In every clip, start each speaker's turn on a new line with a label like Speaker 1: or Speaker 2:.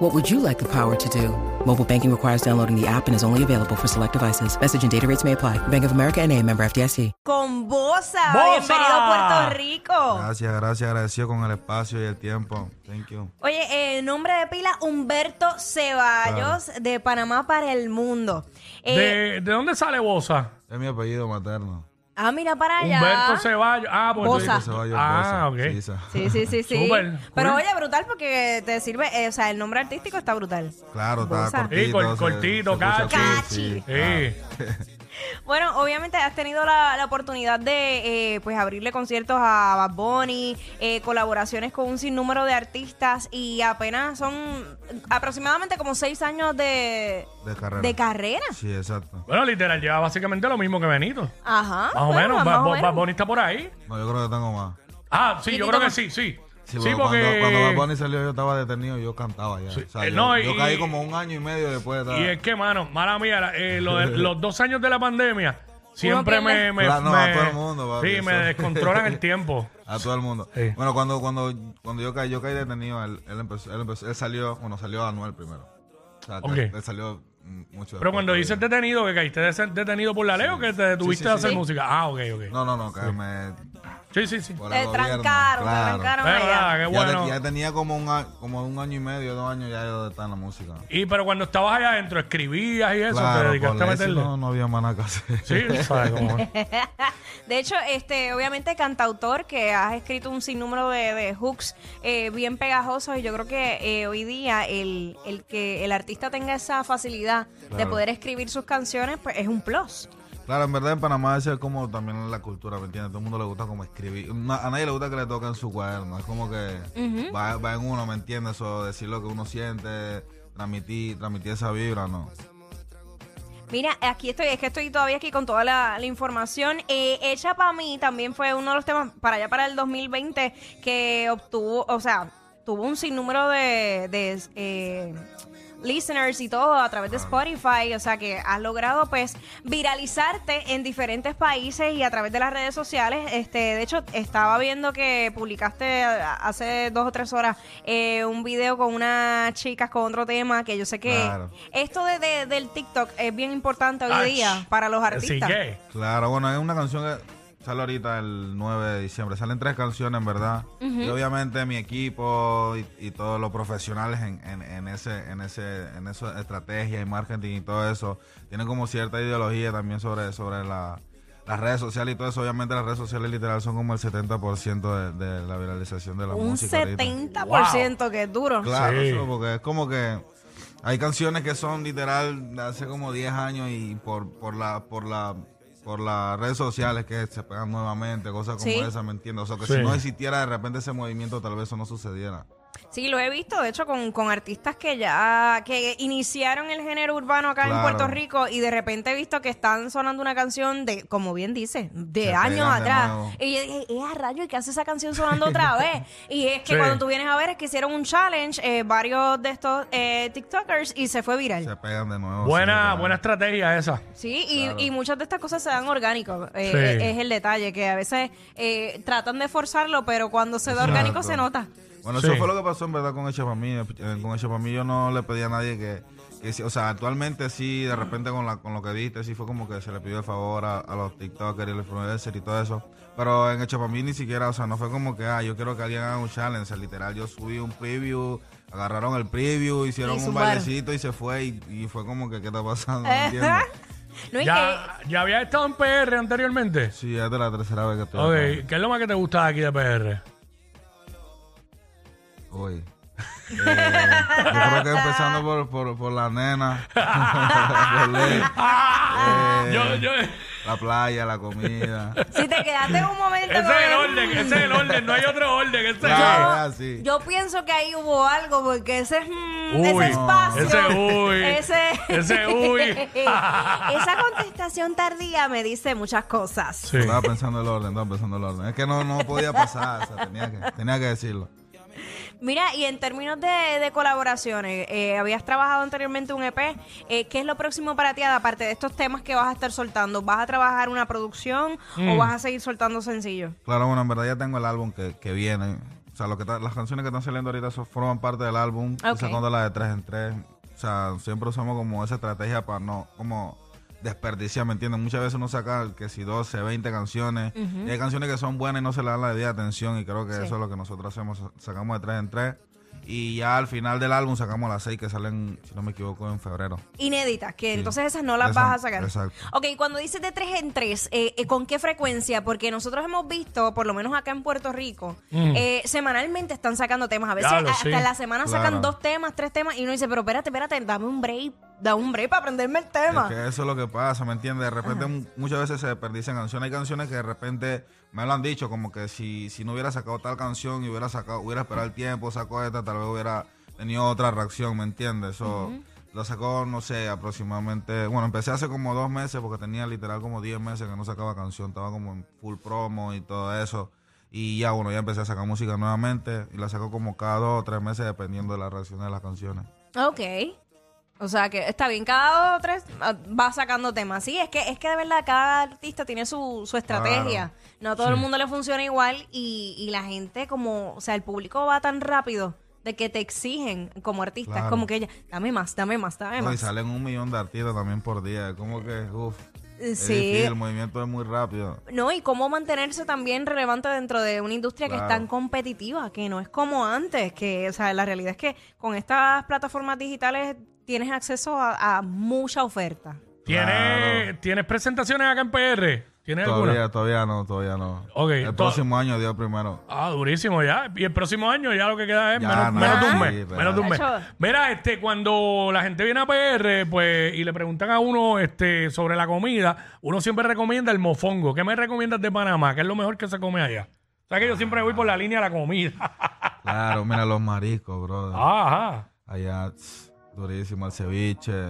Speaker 1: What would you like the power to do? Mobile banking requires downloading the app and is only available for select devices. Message and data rates may apply. Bank of America and a member FDIC.
Speaker 2: con Bosa.
Speaker 3: ¡Bosa!
Speaker 2: Bienvenido a Puerto Rico.
Speaker 4: Gracias, gracias, agradecido con el espacio y el tiempo. Thank you.
Speaker 2: Oye, eh, nombre de pila Humberto Ceballos de Panamá para el mundo. Eh,
Speaker 3: ¿De, de dónde sale Bosa?
Speaker 4: Es mi apellido materno.
Speaker 2: Ah, mira para allá.
Speaker 3: Humberto Ceballos. Ah, Puerto
Speaker 2: Bosa.
Speaker 3: Rico.
Speaker 4: Ceballos
Speaker 3: Ah,
Speaker 4: Bosa,
Speaker 3: ok.
Speaker 4: sí, esa.
Speaker 2: Sí, sí, sí, sí.
Speaker 3: Súper,
Speaker 2: Pero
Speaker 3: cool.
Speaker 2: oye, brutal porque te sirve, eh, o sea, el nombre artístico está brutal.
Speaker 4: Claro, estaba
Speaker 2: Bosa.
Speaker 4: cortito.
Speaker 3: Sí, cor-
Speaker 4: se-
Speaker 3: cortito,
Speaker 4: se escucha
Speaker 3: cachi.
Speaker 4: cool, sí,
Speaker 3: Sí.
Speaker 4: claro.
Speaker 2: Bueno, obviamente has tenido la, la oportunidad de eh, pues abrirle conciertos a Bad Bunny, eh, colaboraciones con un sinnúmero de artistas y apenas son aproximadamente como seis años de,
Speaker 4: De carrera.
Speaker 2: de carrera.
Speaker 4: Sí, exacto.
Speaker 3: Bueno, literal, lleva básicamente lo mismo que Benito. Más
Speaker 2: Ajá.
Speaker 3: o
Speaker 2: Ah, bueno,
Speaker 3: menos.
Speaker 2: más
Speaker 3: Bad
Speaker 2: o
Speaker 3: Bo-
Speaker 2: menos.
Speaker 3: Bad Bunny está por ahí.
Speaker 4: No, yo creo que tengo más.
Speaker 3: Ah, sí, yo
Speaker 2: Chiquitito
Speaker 3: creo que
Speaker 2: más.
Speaker 3: sí, sí.
Speaker 4: Sí, porque cuando, cuando Bad Bunny salió yo estaba detenido, yo cantaba ya.
Speaker 3: Sí.
Speaker 4: O sea,
Speaker 3: Eh,
Speaker 4: yo,
Speaker 3: no,
Speaker 4: yo
Speaker 3: y-
Speaker 4: caí como un año y medio después de
Speaker 3: Y es que, mano, mala mía, la- eh, lo de- los dos años de la pandemia siempre
Speaker 2: pierde.
Speaker 3: me, me,
Speaker 4: Claro, no, a
Speaker 3: me-
Speaker 4: todo el mundo, papi,
Speaker 3: Sí, me
Speaker 4: eso.
Speaker 3: descontrolan el tiempo.
Speaker 4: A todo el mundo.
Speaker 3: Sí.
Speaker 4: Bueno, cuando, cuando, cuando yo caí, yo caí detenido, él, él, empezó, él, empezó- él salió, bueno, salió Anuel primero. O sea,
Speaker 3: Ok.
Speaker 4: él, él salió mm, mucho
Speaker 3: Pero
Speaker 4: después
Speaker 3: cuando
Speaker 4: todavía.
Speaker 3: dices detenido, que caíste de- detenido por la ley o que te detuviste
Speaker 4: sí,
Speaker 3: a
Speaker 4: sí.
Speaker 3: hacer
Speaker 4: Sí.
Speaker 3: música. Ah, ok, ok.
Speaker 4: No, no, no, que me
Speaker 3: Sí, sí, sí.
Speaker 4: Por el
Speaker 2: Te
Speaker 4: gobierno,
Speaker 2: trancaron,
Speaker 4: claro.
Speaker 2: te trancaron
Speaker 3: Pero
Speaker 2: allá.
Speaker 3: nada, qué
Speaker 4: Ya, te-
Speaker 3: bueno.
Speaker 4: ya tenía como un, a- como un año y medio, dos años ya yo estaba en la música.
Speaker 3: Y pero cuando estabas allá adentro, escribías y eso, te
Speaker 4: Claro,
Speaker 3: dedicaste a
Speaker 4: con Leslie
Speaker 3: meterle.
Speaker 4: no, no había más nada que hacer.
Speaker 3: Sí, sabes cómo es.
Speaker 2: De hecho, este, obviamente cantautor que has escrito un sinnúmero de, de hooks eh, bien pegajosos y yo creo que eh, hoy día el, el que el artista tenga esa facilidad de
Speaker 4: Claro.
Speaker 2: poder escribir sus canciones, pues es un plus.
Speaker 4: Claro, en verdad en Panamá eso es como también la cultura, ¿me entiendes? Todo el mundo le gusta como escribir. Na- a nadie le gusta que le toquen su cuaderno. Es como que va, va en uno, ¿me entiendes? O decir lo que uno siente, transmitir, transmitir esa vibra, ¿no?
Speaker 2: Mira, aquí estoy, es que estoy todavía aquí con toda la, la información. Eh, Hecha para mí también fue uno de los temas para allá para el 2020 que obtuvo, o sea, tuvo un sinnúmero de, de, eh, listeners y todo a través de Spotify. O sea que has logrado pues viralizarte en diferentes países y a través de las redes sociales. Este, de hecho, estaba viendo que publicaste a- hace dos o tres horas eh, un video con unas chicas con otro tema que yo sé que
Speaker 4: Claro.
Speaker 2: esto de, de- del TikTok es bien importante hoy
Speaker 3: Ach.
Speaker 2: día para los
Speaker 3: Así
Speaker 2: artistas.
Speaker 3: que,
Speaker 4: Claro, bueno, es una canción que sale ahorita el 9 de diciembre. Salen tres canciones, en verdad. Y obviamente mi equipo y, y todos los profesionales en, en, en ese, en ese, en eso, estrategia y marketing y todo eso, tienen como cierta ideología también sobre, sobre la- las redes sociales y todo eso. Obviamente las redes sociales literal son como el 70% de, de la viralización de la
Speaker 2: Un
Speaker 4: música. ahorita.
Speaker 2: 70% que es duro.
Speaker 4: Claro,
Speaker 3: Sí.
Speaker 4: eso, porque es como que hay canciones que son literal de hace como 10 años y por, por la por la por las redes sociales que se pegan nuevamente, cosas como
Speaker 2: Sí.
Speaker 4: esa, ¿me entiendes? O sea, que
Speaker 3: Sí.
Speaker 4: si no existiera de repente ese movimiento, tal vez eso no sucediera.
Speaker 2: Sí, lo he visto, de hecho, con, con artistas que ya que iniciaron el género urbano acá en
Speaker 4: Claro.
Speaker 2: Puerto Rico y de repente he visto que están sonando una canción de, como bien dice, de
Speaker 4: Se
Speaker 2: años
Speaker 4: pegan de
Speaker 2: atrás.
Speaker 4: nuevo.
Speaker 2: y yo dije, ¡eh, a rayo! ¿Y qué hace esa canción sonando otra vez? Y es que
Speaker 3: Sí.
Speaker 2: cuando tú vienes a ver es que hicieron un challenge eh, varios de estos eh, TikTokers y se fue viral.
Speaker 4: Se pegan de nuevo. sí,
Speaker 3: buena,
Speaker 4: literal.
Speaker 3: buena estrategia esa.
Speaker 2: Sí, y, y muchas de estas cosas se dan orgánico. eh,
Speaker 3: Sí.
Speaker 2: eh, Es el detalle, que a veces eh, tratan de forzarlo, pero cuando se da orgánico
Speaker 4: Exacto.
Speaker 2: se nota.
Speaker 4: Bueno,
Speaker 3: Sí.
Speaker 4: eso fue lo que pasó en verdad con Echa para mí. Eh, Con Echa para mí yo no le pedí a nadie que, que sí. o sea, actualmente sí, de repente con, la, con lo que diste, sí fue como que se le pidió el favor a, a los TikTokers y los influencers y todo eso. Pero en Echa para mí ni siquiera, o sea, no fue como que, ah, yo quiero que alguien haga un challenge. O sea, literal, yo subí un preview, agarraron el preview, hicieron un
Speaker 2: zumbaron.
Speaker 4: bailecito y se fue y, y fue como que, ¿qué está pasando? ¿Me
Speaker 2: Ajá.
Speaker 4: entiendes?
Speaker 2: No, y que-
Speaker 3: Ya, ya había estado en PR anteriormente.
Speaker 4: Sí, es de la tercera vez que estoy
Speaker 3: Ok,
Speaker 4: acá.
Speaker 3: ¿qué es lo más que te gusta de aquí de PR?
Speaker 4: Uy. Eh, yo creo que empezando por, por, por la nena. por Leo.
Speaker 3: Ah,
Speaker 4: Eh,
Speaker 3: yo, yo,
Speaker 4: la playa, la comida.
Speaker 2: Si te quedaste un momento.
Speaker 3: Ese es
Speaker 2: con
Speaker 3: el
Speaker 2: él. mm,
Speaker 3: orden, ese es el orden, no hay otro orden. Ese es
Speaker 4: Claro.
Speaker 3: el-
Speaker 4: Ah, sí.
Speaker 2: Yo pienso que ahí hubo algo, porque ese, mm,
Speaker 3: Uy,
Speaker 2: ese espacio.
Speaker 3: ese uy,
Speaker 2: Ese,
Speaker 3: ese uy.
Speaker 2: esa contestación tardía me dice muchas cosas.
Speaker 3: Sí.
Speaker 4: Estaba pensando el orden, estaba pensando el orden. Es que no, no podía pasar, o sea, tenía que, tenía que decirlo.
Speaker 2: Mira, y en términos de, de colaboraciones, eh, habías trabajado anteriormente un EP. eh, ¿Qué es lo próximo para ti, aparte de estos temas que vas a estar soltando? ¿Vas a trabajar una producción
Speaker 3: Mm.
Speaker 2: o vas a seguir soltando sencillos?
Speaker 4: Claro, bueno, en verdad ya tengo el álbum que, que viene. O sea, lo que está- las canciones que están saliendo ahorita son, forman parte del álbum. Estoy
Speaker 2: Ok.
Speaker 4: sacando las de tres en tres. O sea, siempre usamos como esa estrategia para no como desperdiciar, ¿me entiendes? Muchas veces uno saca que si 12, 20 canciones. Y hay canciones que son buenas y no se le dan la debida atención. Y creo que eso es lo que nosotros hacemos. Sacamos de tres en tres. Y ya al final del álbum sacamos las seis que salen, si no me equivoco, en febrero.
Speaker 2: Inéditas, que
Speaker 4: Sí.
Speaker 2: entonces esas no las
Speaker 4: Esa-
Speaker 2: vas a sacar.
Speaker 4: exacto.
Speaker 2: Ok, cuando dices de tres en tres, eh, eh, ¿con qué frecuencia? Porque nosotros hemos visto, por lo menos acá en Puerto Rico,
Speaker 4: Mm.
Speaker 2: eh, semanalmente están sacando temas. A veces
Speaker 3: Claro,
Speaker 2: hasta
Speaker 3: sí.
Speaker 2: en la semana sacan
Speaker 4: Claro.
Speaker 2: dos temas, tres temas, y uno dice, pero espérate, espérate, dame un break, dame un break para aprenderme el tema.
Speaker 4: Es que eso es lo que pasa, ¿me entiendes? De repente mu- muchas veces se desperdician canciones. Hay canciones que de repente me lo han dicho, como que si, si no hubiera sacado tal canción y hubiera sacado, hubiera esperado el tiempo, sacó esta, tal vez hubiera tenido otra reacción, ¿me entiendes? Eso lo sacó, no sé, aproximadamente. Bueno, empecé hace como dos meses porque tenía literal como 10 meses que no sacaba canción, estaba como en full promo y todo eso. Y ya, bueno, ya empecé a sacar música nuevamente y la saco como cada dos o tres meses dependiendo de la reacción de las canciones.
Speaker 2: Ok. O sea que está bien, cada dos o tres ah, va sacando temas. Sí, es que, es que de verdad cada artista tiene su, su estrategia. No a todo el mundo le funciona igual y, y la gente como, o sea, el público va tan rápido de que te exigen como artistas,
Speaker 4: Claro.
Speaker 2: como que ya, dame más, dame más, dame
Speaker 4: No, y
Speaker 2: más.
Speaker 4: salen un millón de artistas también por día. Es como que, uff.
Speaker 2: Eh, Sí.
Speaker 4: el movimiento es muy rápido.
Speaker 2: No, y cómo mantenerse también relevante dentro de una industria que es
Speaker 4: Claro.
Speaker 2: tan competitiva, que no es como antes, que, o sea, la realidad es que con estas plataformas digitales tienes acceso a, a mucha oferta.
Speaker 3: ¿Tienes,
Speaker 4: Claro.
Speaker 3: ¿Tienes presentaciones acá en PR? ¿Tienes alguna?
Speaker 4: Todavía, todavía no, todavía no.
Speaker 3: Ok,
Speaker 4: el
Speaker 3: to-
Speaker 4: próximo año, Dios primero.
Speaker 3: Ah, durísimo ya. Y el próximo año ya lo que queda es
Speaker 4: Ya,
Speaker 3: menos,
Speaker 4: nada,
Speaker 3: menos de un
Speaker 4: sí,
Speaker 3: mes.
Speaker 4: verdad.
Speaker 3: menos de un mes.
Speaker 2: Nacho.
Speaker 3: Mira, este, cuando la gente viene a PR pues, y le preguntan a uno este, sobre la comida, uno siempre recomienda el mofongo. ¿Qué me recomiendas de Panamá? ¿Qué es lo mejor que se come allá? O sea que yo siempre voy por la línea de la comida.
Speaker 4: Claro, mira los mariscos, brother.
Speaker 3: Ah. Ajá.
Speaker 4: Allá, tss, durísimo, el ceviche.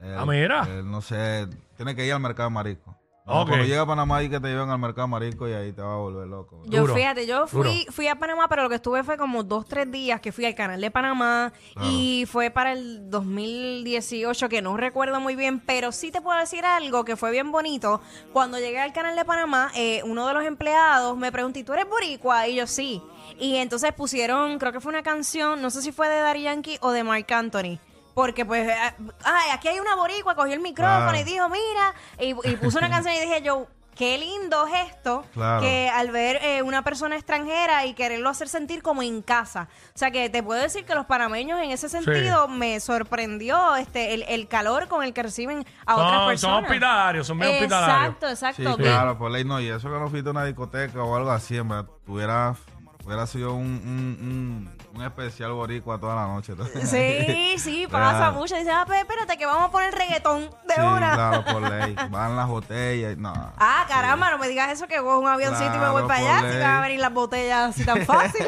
Speaker 4: el-
Speaker 3: Ah, mira.
Speaker 4: el, no sé, tiene que ir al mercado marisco.
Speaker 3: Ok.
Speaker 4: Cuando llega a Panamá y que te llevan al mercado marisco y ahí te va a volver loco.
Speaker 2: Yo
Speaker 3: Duro,
Speaker 2: fíjate, yo fui,
Speaker 3: duro.
Speaker 2: fui a Panamá, pero lo que estuve fue como dos, tres días que fui al canal de Panamá y fue para el 2018, que no recuerdo muy bien, pero sí te puedo decir algo que fue bien bonito. Cuando llegué al canal de Panamá, eh, uno de los empleados me preguntó, ¿y tú eres boricua? Y yo sí. Y entonces pusieron, creo que fue una canción, no sé si fue de Daddy Yankee o de Mark Anthony. Porque pues, eh, ay, aquí hay una boricua, cogió el micrófono
Speaker 3: Ah.
Speaker 4: Claro.
Speaker 2: y dijo, mira, y, y puso una canción y dije yo, qué lindo gesto
Speaker 4: Claro.
Speaker 2: que al ver eh, una persona extranjera y quererlo hacer sentir como en casa. O sea que te puedo decir que los panameños en ese sentido me sorprendió este el, el calor con el que reciben a otras
Speaker 3: Son, son
Speaker 2: personas.
Speaker 3: hospitalarios, son bien hospitalarios.
Speaker 2: Exacto, exacto.
Speaker 4: Sí,
Speaker 2: Bien.
Speaker 4: claro, por ley no. Y eso que no fuiste a una discoteca o algo así, en verdad, tuviera, hubiera sido un, un, un, un especial boricua toda la noche.
Speaker 2: Sí, sí, pasa
Speaker 4: Claro.
Speaker 2: mucho. Dice, ah, pues, espérate que vamos a poner reggaetón de
Speaker 4: Sí,
Speaker 2: una.
Speaker 4: claro, por ley. Van las botellas. y- No.
Speaker 2: Ah, caramba, no me digas eso que cojo un avioncito y me voy
Speaker 4: Claro,
Speaker 2: para allá
Speaker 4: por
Speaker 2: si
Speaker 4: ley.
Speaker 2: van a venir las botellas así tan fácil.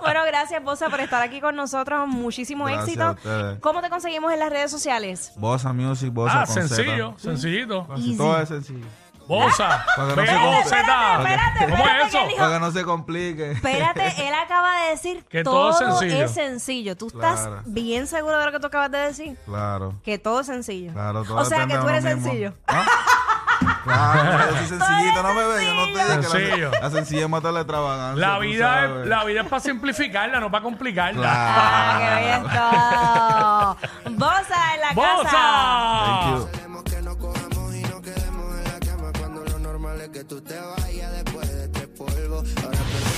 Speaker 2: bueno, gracias, Bosa, por estar aquí con nosotros. Muchísimo
Speaker 4: Gracias a ustedes.
Speaker 2: éxito. ¿Cómo te conseguimos en las redes sociales?
Speaker 4: Bossa Music, Bossa
Speaker 3: Ah,
Speaker 4: con Z.
Speaker 3: sencillo, sencillito.
Speaker 4: Así, todo es sencillo.
Speaker 3: Bosa,
Speaker 4: Para que no se
Speaker 3: pegó,
Speaker 4: complique.
Speaker 3: zeta.
Speaker 2: Espérate, espérate,
Speaker 3: ¿Cómo es
Speaker 2: espérate,
Speaker 3: eso?
Speaker 2: que él dijo-
Speaker 4: Para que no se complique.
Speaker 2: Espérate, él acaba de decir
Speaker 3: Que todo es sencillo.
Speaker 2: es sencillo. ¿Tú
Speaker 4: Claro.
Speaker 2: estás bien seguro de lo que tú acabas de decir?
Speaker 4: Claro,
Speaker 2: Que todo es sencillo.
Speaker 4: claro, todo
Speaker 2: o sea
Speaker 4: depende
Speaker 2: que
Speaker 4: de
Speaker 2: tú
Speaker 4: uno
Speaker 2: eres
Speaker 4: mismo.
Speaker 2: sencillo.
Speaker 4: ¿Ah? Claro, yo soy sencillito, no me ve, yo no te digo que la-
Speaker 3: Sencillo.
Speaker 4: la, sencillez mata la extravagancia.
Speaker 3: La
Speaker 4: tú
Speaker 3: vida, es,
Speaker 4: sabes.
Speaker 3: la vida es para simplificarla, no para complicarla.
Speaker 2: Ah, qué bien esto. Bosa en la casa.
Speaker 3: ¡Bosa!
Speaker 4: Thank you.
Speaker 5: Queremos que nos cojamos y no quedemos en la cama cuando lo normal es que tú te vas.